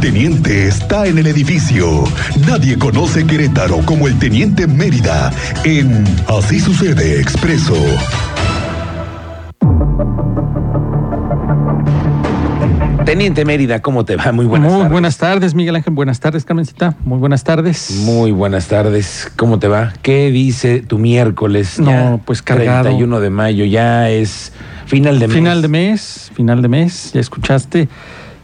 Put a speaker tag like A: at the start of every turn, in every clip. A: teniente está en el edificio. Nadie conoce Querétaro como el teniente Mérida en Así sucede expreso.
B: Teniente Mérida, ¿cómo te va? Muy buenas
C: Muy
B: tardes.
C: buenas tardes, Miguel Ángel. Buenas tardes, Carmencita. Muy buenas tardes.
B: Muy buenas tardes. ¿Cómo te va? ¿Qué dice tu miércoles?
C: No,
B: Ya
C: pues, cargado.
B: 31 de mayo, ya es final de mes.
C: final de mes, final de mes. Ya escuchaste.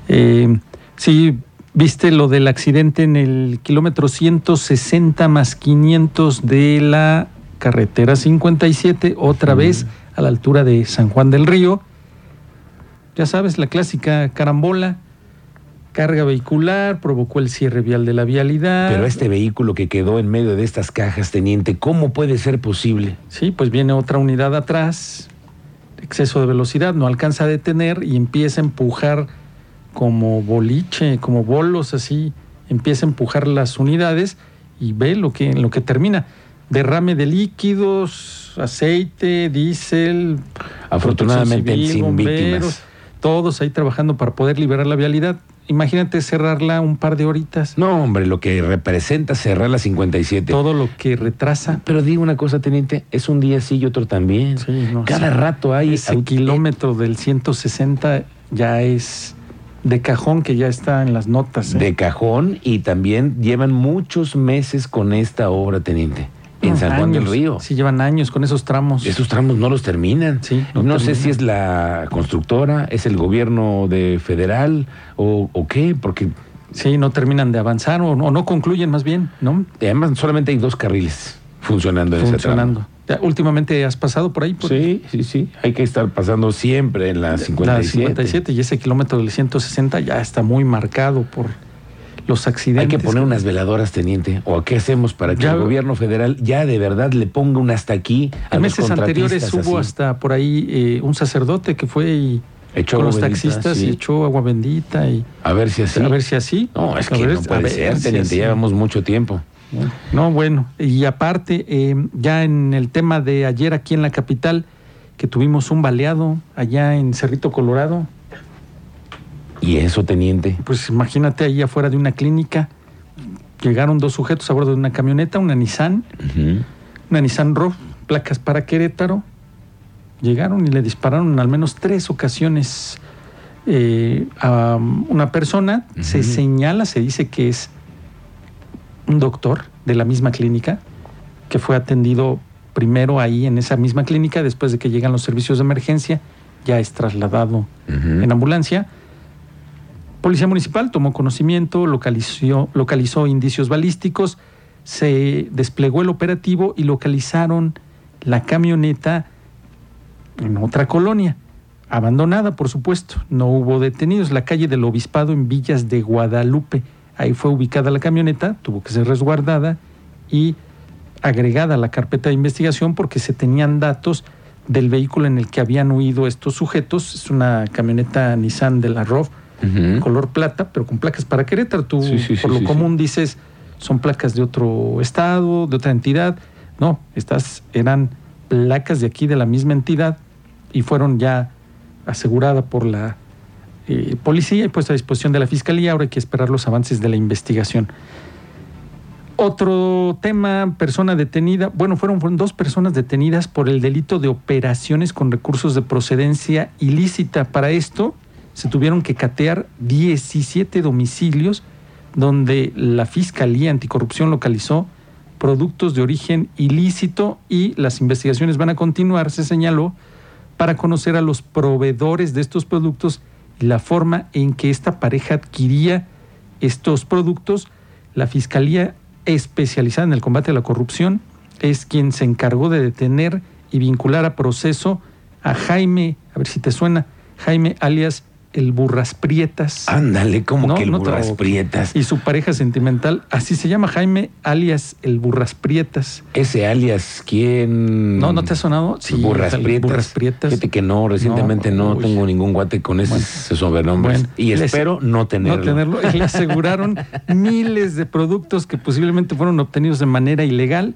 C: Eh, sí, viste lo del accidente en el kilómetro 160 más 500 de la carretera 57,
B: Mm.
C: otra vez a la altura de San Juan del Río. Ya sabes, la clásica carambola, carga vehicular, provocó el cierre vial de la vialidad.
B: Pero este vehículo que quedó en medio de estas cajas, teniente, ¿cómo puede ser posible?
C: Sí, pues viene otra unidad atrás, exceso de velocidad, no alcanza a detener y empieza a empujar como boliche, como bolos así, empieza a empujar las unidades y ve lo que, en lo que termina. Derrame de líquidos, aceite, diésel,
B: Afortunadamente,
C: protección civil,
B: sin víctimas.
C: todos ahí trabajando para poder liberar la vialidad. Imagínate cerrarla un par de horitas,
B: No, hombre, lo que representa cerrar la 57.
C: todo lo que retrasa.
B: Pero digo una cosa, teniente, es un día sí y otro también.
C: Sí, no,
B: Cada
C: sí.
B: rato hay
C: Ese
B: aut-
C: kilómetro del 160 ya es de cajón que ya está en las notas. ¿eh?
B: de cajón y también llevan muchos meses con esta obra, teniente, en
C: No,
B: San Juan del
C: Ah, años.
B: Río.
C: Sí, llevan años con esos tramos.
B: Esos tramos no los terminan.
C: Sí,
B: no
C: no
B: sé
C: terminan.
B: si es la constructora, es el gobierno de federal o, o qué, porque
C: Sí, no terminan de avanzar o no, o no concluyen más bien, ¿no?
B: además solamente hay dos carriles funcionando en
C: Funcionando. Ya, últimamente has pasado por ahí.
B: ese
C: Por
B: tramo. Sí, sí, sí. Hay que estar pasando siempre en la 57.
C: La 57 y ese kilómetro del 160 ya está muy marcado por los accidentes.
B: Hay que poner unas veladoras, teniente. ¿O qué hacemos para que
C: Ya-
B: el gobierno federal ya de verdad le ponga un hasta aquí a
C: En
B: los
C: meses anteriores
B: contratistas,
C: hubo
B: así?
C: hasta por ahí eh, un sacerdote que fue y
B: Echó
C: con los
B: agua bendita,
C: taxistas
B: sí.
C: y echó agua bendita y
B: A ver si así.
C: A ver si así.
B: No, es
C: A
B: que
C: ver,
B: no
C: a
B: puede
C: ver
B: ser,
C: si
B: teniente.
C: así.
B: Llevamos mucho tiempo.
C: No, bueno. Y aparte, eh, ya en el tema de ayer aquí en la capital, que tuvimos un baleado allá en Cerrito Colorado,
B: ¿Y eso, teniente?
C: pues imagínate ahí afuera de una clínica, llegaron dos sujetos a bordo de una camioneta, una Nissan,
B: Ujú.
C: una Nissan Rogue, placas para Querétaro, llegaron y le dispararon en al menos tres ocasiones eh, a una persona. Se
B: Ujú.
C: señala, se dice que es un doctor de la misma clínica que fue atendido primero ahí en esa misma clínica, después de que llegan los servicios de emergencia, ya es trasladado
B: Ujú.
C: en ambulancia. Policía Municipal tomó conocimiento, localizó, localizó indicios balísticos, se desplegó el operativo y localizaron la camioneta en otra colonia, abandonada por supuesto, no hubo detenidos, la calle del Obispado en Villas de Guadalupe, ahí fue ubicada la camioneta, tuvo que ser resguardada y agregada a la carpeta de investigación porque se tenían datos del vehículo en el que habían huido estos sujetos, es una camioneta Nissan de la ROV,
B: Ujú.
C: color plata, pero con placas para Querétaro. Tú,
B: ¿Mm? Sí, sí, sí,
C: por lo
B: sí,
C: común, dices, son placas de otro estado, de otra entidad. No, estas eran placas de aquí, de la misma entidad, y fueron ya aseguradas por la eh, policía y puesta a disposición de la fiscalía. Ahora hay que esperar los avances de la investigación. Otro tema, persona detenida, bueno, fueron, fueron dos personas detenidas por el delito de operaciones con recursos de procedencia ilícita. Para esto se tuvieron que catear 17 domicilios donde la Fiscalía Anticorrupción localizó productos de origen ilícito y las investigaciones van a continuar, se señaló, para conocer a los proveedores de estos productos y la forma en que esta pareja adquiría estos productos. La Fiscalía especializada en el combate a la corrupción es quien se encargó de detener y vincular a proceso a Jaime, a ver si te suena, Jaime alias el Burras Prietas
B: Ah, Ándale, como
C: No,
B: que el
C: no te
B: burras
C: lo-
B: prietas.
C: y su pareja sentimental, así se llama Jaime alias el Burras Prietas.
B: Ese alias, ¿quién?
C: No, ¿no te ha sonado?
B: Sí, burras
C: el
B: prietas.
C: Burras Prietas.
B: Fíjate que no, recientemente no,
C: No, uy.
B: tengo ningún guate con ese,
C: Bueno.
B: ese sobrenombre.
C: Bueno,
B: y
C: les-
B: espero no tenerlo.
C: No tenerlo. Y le aseguraron miles de productos que posiblemente fueron obtenidos de manera ilegal.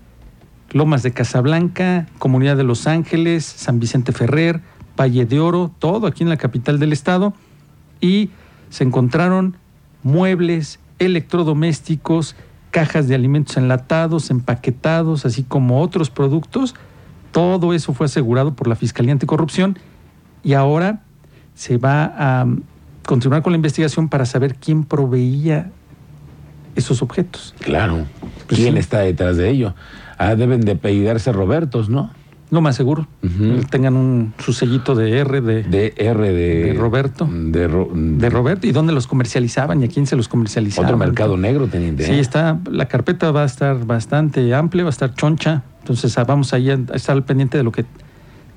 C: Lomas de Casablanca, Comunidad de Los Ángeles, San Vicente Ferrer, Valle de Oro, todo aquí en la capital del estado. Y se encontraron muebles, electrodomésticos, cajas de alimentos enlatados, empaquetados, así como otros productos. Todo eso fue asegurado por la Fiscalía Anticorrupción y ahora se va a um, continuar con la investigación para saber quién proveía esos objetos.
B: Claro. ¿Quién
C: Pues sí.
B: está detrás de ello? Ah, deben de apellidarse Robertos, ¿no?
C: Lo más seguro,
B: Ujú.
C: tengan un, su sellito de R de,
B: De R de...
C: Eh, De Roberto.
B: De, Ro-
C: de Roberto y dónde los comercializaban y a quién se los comercializaban.
B: Otro mercado negro, teniente.
C: Sí,
B: ¿eh?
C: está, la carpeta va a estar bastante amplia, va a estar choncha. Entonces ah, vamos ahí a a estar al pendiente de lo que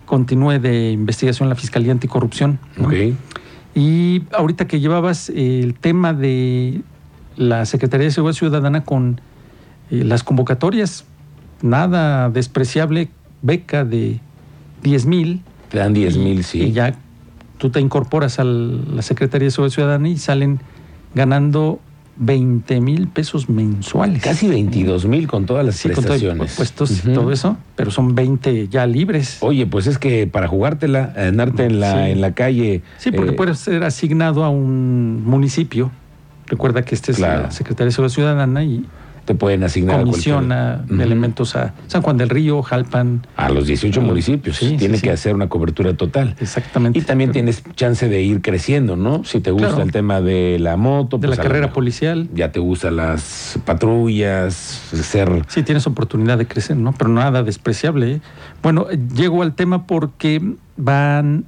C: continúe de investigación la Fiscalía Anticorrupción. ¿no?
B: Ok.
C: Y ahorita que llevabas eh, el tema de la Secretaría de Seguridad Ciudadana con eh, las convocatorias, nada despreciable, beca de 10 mil.
B: Te dan 10 mil, sí.
C: Y ya tú te incorporas a la Secretaría de Seguridad Ciudadana y salen ganando 20 mil pesos mensuales.
B: Casi 22 mil con todas las
C: Sí, con todo y
B: prestaciones.
C: puestos y
B: Ujú.
C: todo eso, pero son 20 ya libres.
B: Oye, pues es que para jugártela, andarte en la,
C: Sí.
B: en la calle.
C: Sí, porque
B: eh,
C: puedes ser asignado a un municipio. Recuerda que este es
B: Claro.
C: la Secretaría de Seguridad Ciudadana y
B: Te pueden asignar a cualquier-
C: comisiona
B: Ujú.
C: elementos a San Juan del Río, Jalpan.
B: A los 18
C: Ah,
B: municipios.
C: sí, sí,
B: Tiene
C: sí.
B: que hacer una cobertura total.
C: Exactamente.
B: Y también tienes chance de ir creciendo, ¿no? Si te gusta
C: Claro.
B: el tema de la moto,
C: de la
B: pues a lo
C: carrera
B: mejor
C: policial.
B: Ya te gustan las patrullas, ser.
C: Sí, tienes oportunidad de crecer, ¿no? Pero nada despreciable. ¿eh? Bueno, eh, llego al tema porque van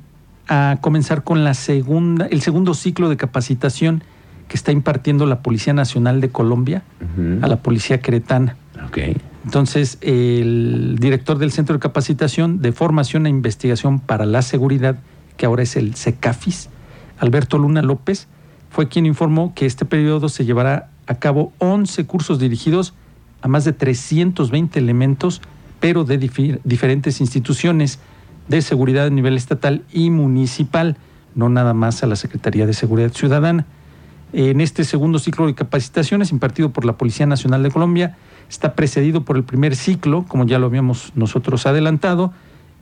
C: a comenzar con la segunda, el segundo ciclo de capacitación que está impartiendo la Policía Nacional de Colombia
B: Ujú.
C: a la Policía Queretana.
B: Ok.
C: Entonces, el director del Centro de Capacitación de Formación e Investigación para la Seguridad, que ahora es el CECAFIS, Alberto Luna López, fue quien informó que este periodo se llevará a cabo 11 cursos dirigidos a más de 320 elementos, pero de difi- diferentes instituciones de seguridad a nivel estatal y municipal, no nada más a la Secretaría de Seguridad Ciudadana. En este segundo ciclo de capacitaciones impartido por la Policía Nacional de Colombia, está precedido por el primer ciclo, como ya lo habíamos nosotros adelantado,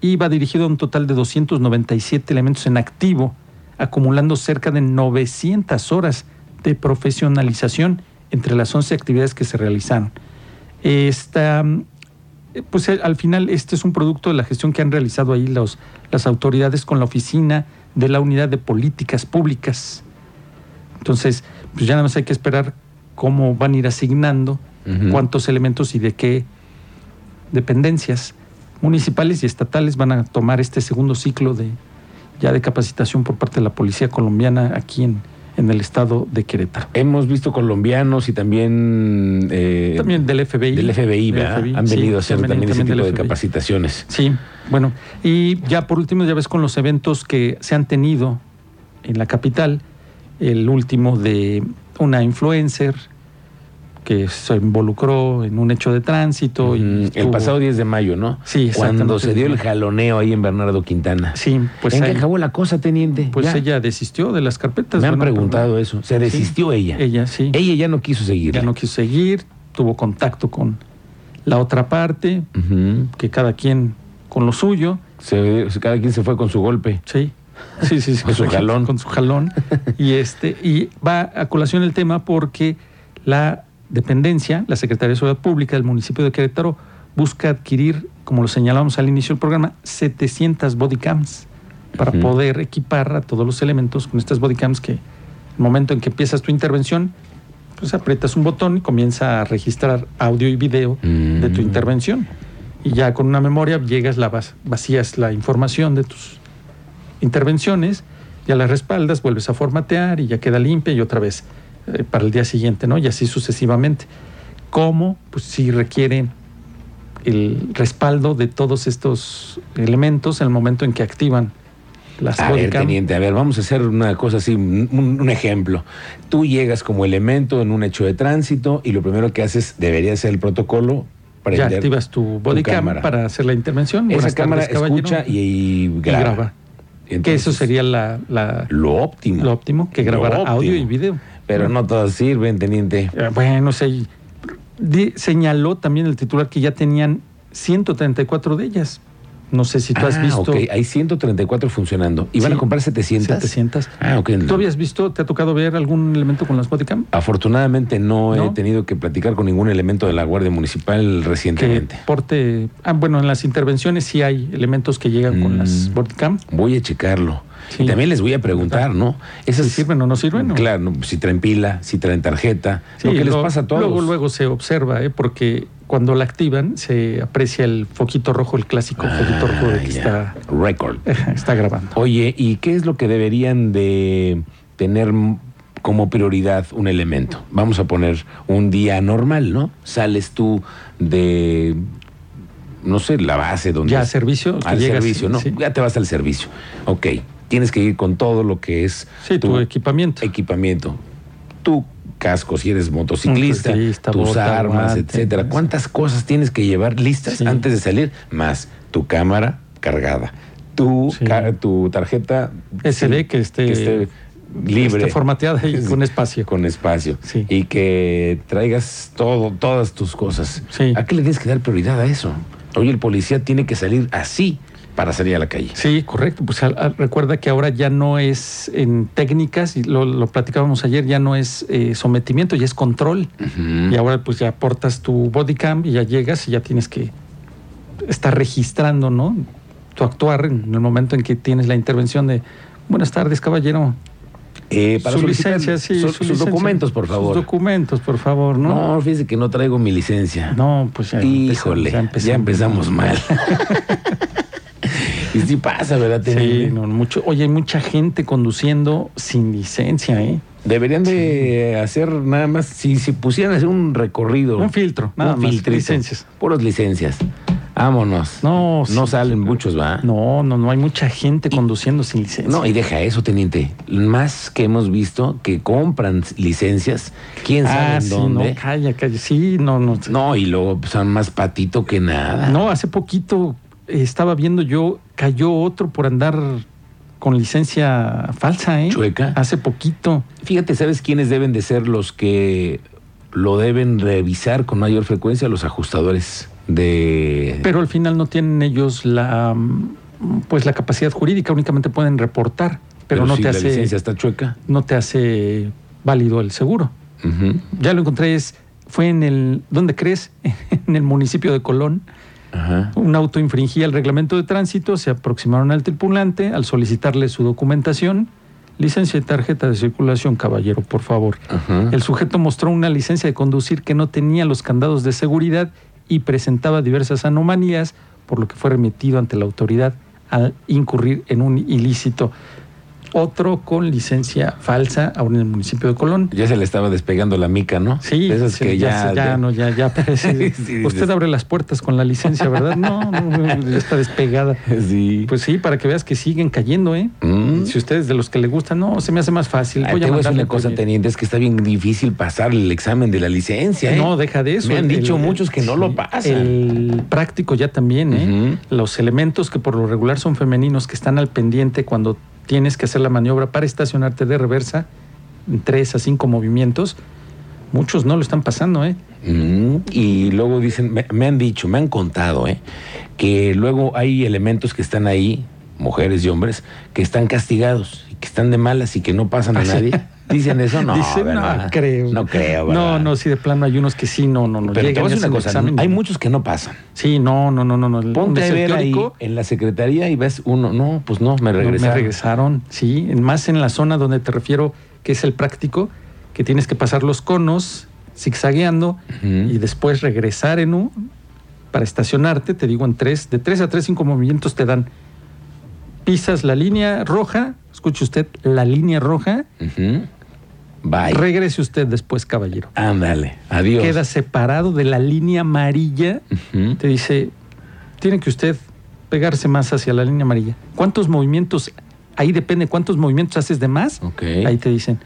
C: y va dirigido a un total de 297 elementos en activo, acumulando cerca de 900 horas de profesionalización entre las 11 actividades que se realizaron. Esta, mm, eh, pues eh, al final este es un producto de la gestión que han realizado ahí los, las autoridades con la oficina de la unidad de políticas públicas. Entonces, pues ya nada más hay que esperar cómo van a ir asignando
B: Ujú.
C: cuántos elementos y de qué dependencias municipales y estatales van a tomar este segundo ciclo de ya de capacitación por parte de la policía colombiana aquí en, en el estado de Querétaro.
B: Hemos visto colombianos y también. eh,
C: También del FBI.
B: Del FBI, ¿verdad?
C: Del FBI,
B: Han
C: sí,
B: venido a hacer también, ese
C: del
B: tipo de
C: FBI.
B: capacitaciones.
C: Sí, bueno, y ya por último, ya ves con los eventos que se han tenido en la capital, el último de una influencer que se involucró en un hecho de tránsito. y
B: Mm, el
C: tuvo-
B: pasado 10 de mayo, ¿no?
C: Sí, exactamente.
B: Cuando se dio el jaloneo ahí en Bernardo Quintana.
C: Sí, pues,
B: ¿En
C: ahí-
B: qué acabó la cosa, teniente?
C: pues
B: Ya.
C: ella desistió de las carpetas.
B: Me han
C: bueno, pero-
B: preguntado eso. Se desistió ella. ella.
C: Ella, sí.
B: ya no quiso seguir.
C: ya no quiso seguir, tuvo contacto con la otra parte, que cada quien con lo suyo.
B: se, se- cada quien se fue con su golpe.
C: Sí. Sí, sí, sí.
B: Con su jalón.
C: Con su jalón. Y este, y va a colación el tema porque la dependencia, la Secretaría de Seguridad Pública del municipio de Querétaro, busca adquirir, como lo señalamos al inicio del programa, 700 bodycams para
B: Ujú.
C: poder equipar a todos los elementos con estas bodycams que el momento en que empiezas tu intervención, pues aprietas un botón y comienza a registrar audio y video
B: Mm.
C: de tu intervención. Y ya con una memoria llegas, la vas- vacías la información de tus intervenciones, ya las respaldas, vuelves a formatear y ya queda limpia y otra vez eh, para el día siguiente, ¿no? Y así sucesivamente. ¿Cómo? Pues si requiere el respaldo de todos estos elementos en el momento en que activan las
B: A ver,
C: bodycam.
B: teniente, a ver, vamos a hacer una cosa así, un, un- un ejemplo. Tú llegas como elemento en un hecho de tránsito y lo primero que haces debería ser el protocolo.
C: Ya
B: prender
C: activas tu bodycam
B: cámara.
C: para hacer la intervención.
B: Esa
C: Buenas
B: cámara
C: tardes, caballero.
B: escucha y, y graba.
C: graba. que
B: Entonces,
C: eso sería la- la,
B: lo óptimo.
C: Lo óptimo, que
B: Lo
C: grabara
B: óptimo.
C: audio y video.
B: Pero no todas sirven, teniente.
C: Eh, Bueno, se, di- señaló también el titular que ya tenían 134 de ellas. No sé si tú has
B: Ah,
C: visto
B: ok, hay 134 funcionando y van
C: Sí.
B: a comprar 700.
C: 700.
B: Ah, ok.
C: ¿Tú habías visto, te ha tocado ver algún elemento con las bodycam?
B: Afortunadamente no, he
C: ¿No?
B: tenido que platicar con ningún elemento de la Guardia Municipal
C: Que
B: recientemente.
C: porte. Ah, bueno, en las intervenciones sí hay elementos que llegan con
B: Mm.
C: las bodycam.
B: Voy a checarlo.
C: Sí.
B: Y también les voy a preguntar, ¿no? Esas,
C: Si sirven o no sirven, ¿no?
B: Claro, no, si traen pila, si traen tarjeta, lo que les
C: lo-
B: pasa a todos.
C: Luego, luego se observa, ¿eh? porque cuando la activan se aprecia el foquito rojo, el clásico foquito rojo de
B: Ah,
C: que
B: ya.
C: está,
B: Record.
C: está grabando.
B: Oye, ¿y qué es lo que deberían de tener m- como prioridad un elemento? Vamos a poner un día normal, ¿no? Sales tú de, no sé, la base donde...
C: Ya, servicio, que
B: Al
C: llegas,
B: servicio, ¿no?
C: sí.
B: Ya te vas al servicio. Ok, tienes que ir con todo lo que es
C: Sí, tu, equipamiento.
B: equipamiento. Tu casco, si eres motociclista,
C: Un ciclista,
B: tus
C: bota,
B: armas,
C: guante,
B: etcétera.
C: sí.
B: ¿Cuántas cosas tienes que llevar listas
C: Sí.
B: antes de salir? Más tu cámara cargada, tu,
C: Sí.
B: ca- tu tarjeta
C: SD
B: sí,
C: que esté-
B: libre.
C: Está formateada y
B: Sí.
C: con espacio.
B: Con espacio.
C: Sí.
B: Y que traigas todo, todas tus cosas.
C: Sí.
B: ¿A qué le tienes que dar prioridad a eso? Hoy el policía tiene que salir así para salir a la calle.
C: Sí, correcto. Pues al- al- recuerda que ahora ya no es en técnicas, y lo, lo platicábamos ayer, ya no es eh, sometimiento, ya es control.
B: Ujú.
C: Y ahora pues ya portas tu bodycam y ya llegas y ya tienes que estar registrando, ¿no? Tu actuar en el momento en que tienes la intervención de buenas tardes, caballero.
B: Eh, para
C: su
B: solicitar
C: licencia, sí,
B: su-
C: su
B: sus
C: licencia.
B: documentos, por favor.
C: Sus documentos, por favor, ¿no?
B: No, fíjese que no traigo mi licencia.
C: No, pues ya.
B: Híjole, ya empezamos, mal. y sí pasa, ¿verdad?
C: Sí,
B: Tene?
C: no, mucho. Oye, hay mucha gente conduciendo sin licencia, ¿eh?
B: Deberían de hacer nada más, si se pusieran a hacer un recorrido.
C: Un filtro, nada
B: un
C: más,
B: filtrito,
C: licencias.
B: Puras licencias. Vámonos.
C: No,
B: No
C: sí,
B: salen muchos, ¿va?
C: No, no, no hay mucha gente conduciendo sin licencia.
B: No, y deja eso, teniente. Más que hemos visto que compran licencias, quién sabe
C: ah,
B: en
C: sí,
B: dónde.
C: no, calla, calla. Sí, no, no.
B: No, y luego pues, son más patito que nada.
C: No, hace poquito eh, estaba viendo yo, cayó otro por andar con licencia falsa, ¿eh?
B: Chueca.
C: Hace poquito.
B: Fíjate, ¿sabes quiénes deben de ser los que lo deben revisar con mayor frecuencia? Los ajustadores de...
C: Pero al final no tienen ellos la mm, pues la capacidad jurídica, únicamente pueden reportar, pero, no
B: si
C: te
B: la
C: hace
B: licencia está chueca.
C: no te hace válido el seguro.
B: Ujú.
C: Ya lo encontré es fue en el ¿dónde crees? en el municipio de Colón.
B: Ajá.
C: Un auto infringía el reglamento de tránsito, se aproximaron al tripulante al solicitarle su documentación, licencia y tarjeta de circulación, caballero, por favor.
B: Ajá.
C: El sujeto mostró una licencia de conducir que no tenía los candados de seguridad y presentaba diversas anomalías, por lo que fue remitido ante la autoridad al incurrir en un ilícito. Otro con licencia falsa, ahora en el municipio de Colón.
B: Ya se le estaba despegando la mica, ¿no?
C: Sí,
B: De esas
C: sí,
B: que ya...
C: se- ya, no, ya, ya parece.
B: Sí, dices-
C: Usted abre las puertas con la licencia, ¿verdad? No, no, no, ya está despegada.
B: Sí.
C: Pues sí, para que veas que siguen cayendo, ¿eh?
B: Mm.
C: Si ustedes de los que le gustan, no, se me hace más fácil.
B: Ah,
C: Voy
B: te
C: a
B: voy a decir
C: mandarle
B: una cosa,
C: imprimir.
B: teniente, es que está bien difícil pasar el examen de la licencia. ¿eh?
C: No, deja de eso.
B: Me han
C: El-
B: dicho
C: el-
B: muchos que no
C: sí,
B: lo pasan.
C: El práctico ya también, ¿eh?
B: Ujú.
C: Los elementos que por lo regular son femeninos, que están al pendiente cuando tienes que hacer la maniobra para estacionarte de reversa, en tres a cinco movimientos, muchos no lo están pasando, ¿eh?
B: Mm, y luego dicen, me, me han dicho, me han contado, ¿eh? que luego hay elementos que están ahí, mujeres y hombres, que están castigados, y que están de malas y que no pasan a
C: Ah, sí.
B: nadie. Dicen eso, no.
C: Dicen,
B: ¿verdad?
C: no creo.
B: No creo, ¿verdad?
C: No, no, sí, de plano hay unos que sí, no, no, no.
B: Pero te
C: llegan
B: voy a
C: y
B: decir
C: hacen
B: una
C: el
B: cosa,
C: examen.
B: hay muchos que no pasan.
C: Sí, no, no, no, no. no.
B: Ponte a
C: Es el
B: ver ahí
C: teórico,
B: en la secretaría y ves uno, no, pues no, me
C: no,
B: regresaron.
C: Me regresaron, sí. en- Más en la zona donde te refiero, que es el práctico, que tienes que pasar los conos zigzagueando
B: Ujú.
C: y después regresar en U para estacionarte, te digo en tres, de tres a tres, cinco movimientos te dan. Pisas la línea roja, escuche usted, la línea roja,
B: Ujú. Bye.
C: regrese usted después, caballero.
B: Ándale, adiós.
C: Queda separado de la línea amarilla
B: Ujú.
C: te dice, tiene que usted pegarse más hacia la línea amarilla. ¿Cuántos movimientos? Ahí depende cuántos movimientos haces de más.
B: Ok.
C: Ahí te dicen,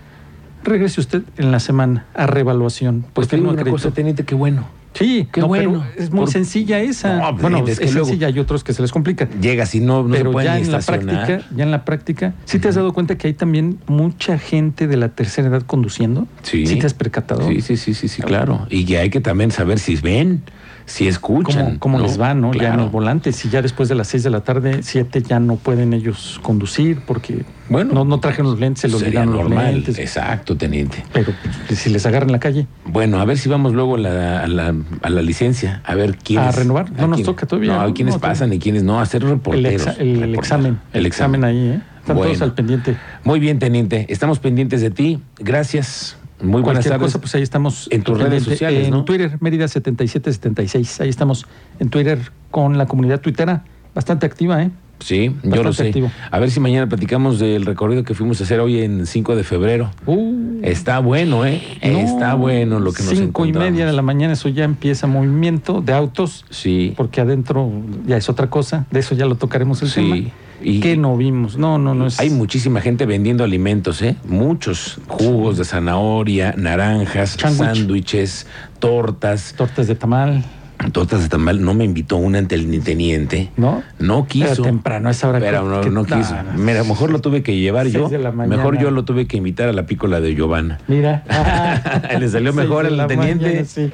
C: regrese usted en la semana a reevaluación.
B: Pues te
C: porque
B: digo
C: no
B: una
C: acreditó".
B: cosa, teniente, qué bueno.
C: Sí,
B: Qué
C: no,
B: bueno.
C: pero es muy
B: Por-
C: sencilla esa.
B: No, pues,
C: bueno,
B: es
C: es,
B: que luego-
C: sencilla, hay otros que se les complica.
B: Llegas y no, no se
C: pero
B: pueden
C: ya
B: ni
C: en la
B: estacionar.
C: práctica, ya en la práctica, ¿sí te has dado cuenta que hay también mucha gente de la tercera edad conduciendo?
B: Sí.
C: ¿Sí te has percatado? Ah.
B: Sí, sí, sí, sí, sí, claro. Y que hay que también saber si ven, si escuchan.
C: ¿Cómo, cómo
B: ¿no?
C: les va, no? Ya en
B: Claro.
C: los volantes. Y ya después de las 6 de la tarde, 7 ya no pueden ellos conducir porque
B: Bueno.
C: no, no trajeron los lentes, se los
B: Sería
C: olvidaron los
B: normal.
C: lentes.
B: Exacto, teniente.
C: Pero pues, si les agarran en la calle
B: Bueno, a ver si vamos luego a la, a la, a la licencia, a ver quiénes.
C: ¿A renovar? No
B: a
C: nos
B: quién-
C: toca todavía.
B: No, a quiénes
C: No, todavía.
B: pasan y quiénes no, hacer
C: el,
B: reporteros.
C: exa- el
B: reporteros.
C: examen, el examen ahí, ¿eh? Están todos
B: Bueno.
C: al pendiente.
B: Muy bien, teniente. Estamos pendientes de ti. Gracias. Muy buenas
C: Cualquier
B: tardes.
C: cosa, pues ahí estamos.
B: En tus
C: al
B: redes
C: pendiente.
B: sociales,
C: En
B: ¿no?
C: Twitter, Mérida 7776. Ahí estamos en Twitter con la comunidad tuitera. Bastante activa, ¿eh?
B: sí, yo lo
C: bastante
B: sé.
C: activo.
B: A ver si mañana platicamos del recorrido que fuimos a hacer hoy en 5 de febrero.
C: Uh,
B: Está bueno, ¿eh?
C: no,
B: Está bueno lo que nos
C: Cinco y
B: encontramos.
C: media de la mañana, eso ya empieza movimiento de autos,
B: Sí.
C: porque adentro ya es otra cosa. De eso ya lo tocaremos el
B: Sí.
C: tema.
B: Y-
C: ¿Qué no vimos? No, no, no. Es,
B: Hay muchísima gente vendiendo alimentos, ¿eh? Muchos jugos de zanahoria, naranjas,
C: Sándwich.
B: sándwiches, tortas,
C: tortas de tamal,
B: tortas de tamal. No me invitó una ante el teniente.
C: ¿no?
B: No quiso.
C: Era temprano, a esa hora.
B: Pero
C: que-
B: no,
C: que-
B: no
C: no,
B: quiso.
C: no.
B: Mira, mejor lo tuve que llevar
C: Seis
B: yo.
C: de la mañana.
B: Mejor yo lo tuve que invitar a la pícola de Giovanna.
C: Mira.
B: Le salió
C: Seis
B: mejor
C: de
B: al
C: la
B: teniente.
C: mañana, sí.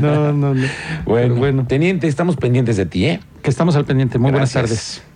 C: No, no, no. Pero
B: Bueno, bueno. Teniente, estamos pendientes de ti, ¿eh?
C: Que estamos al pendiente. Muy buenas
B: Gracias.
C: tardes.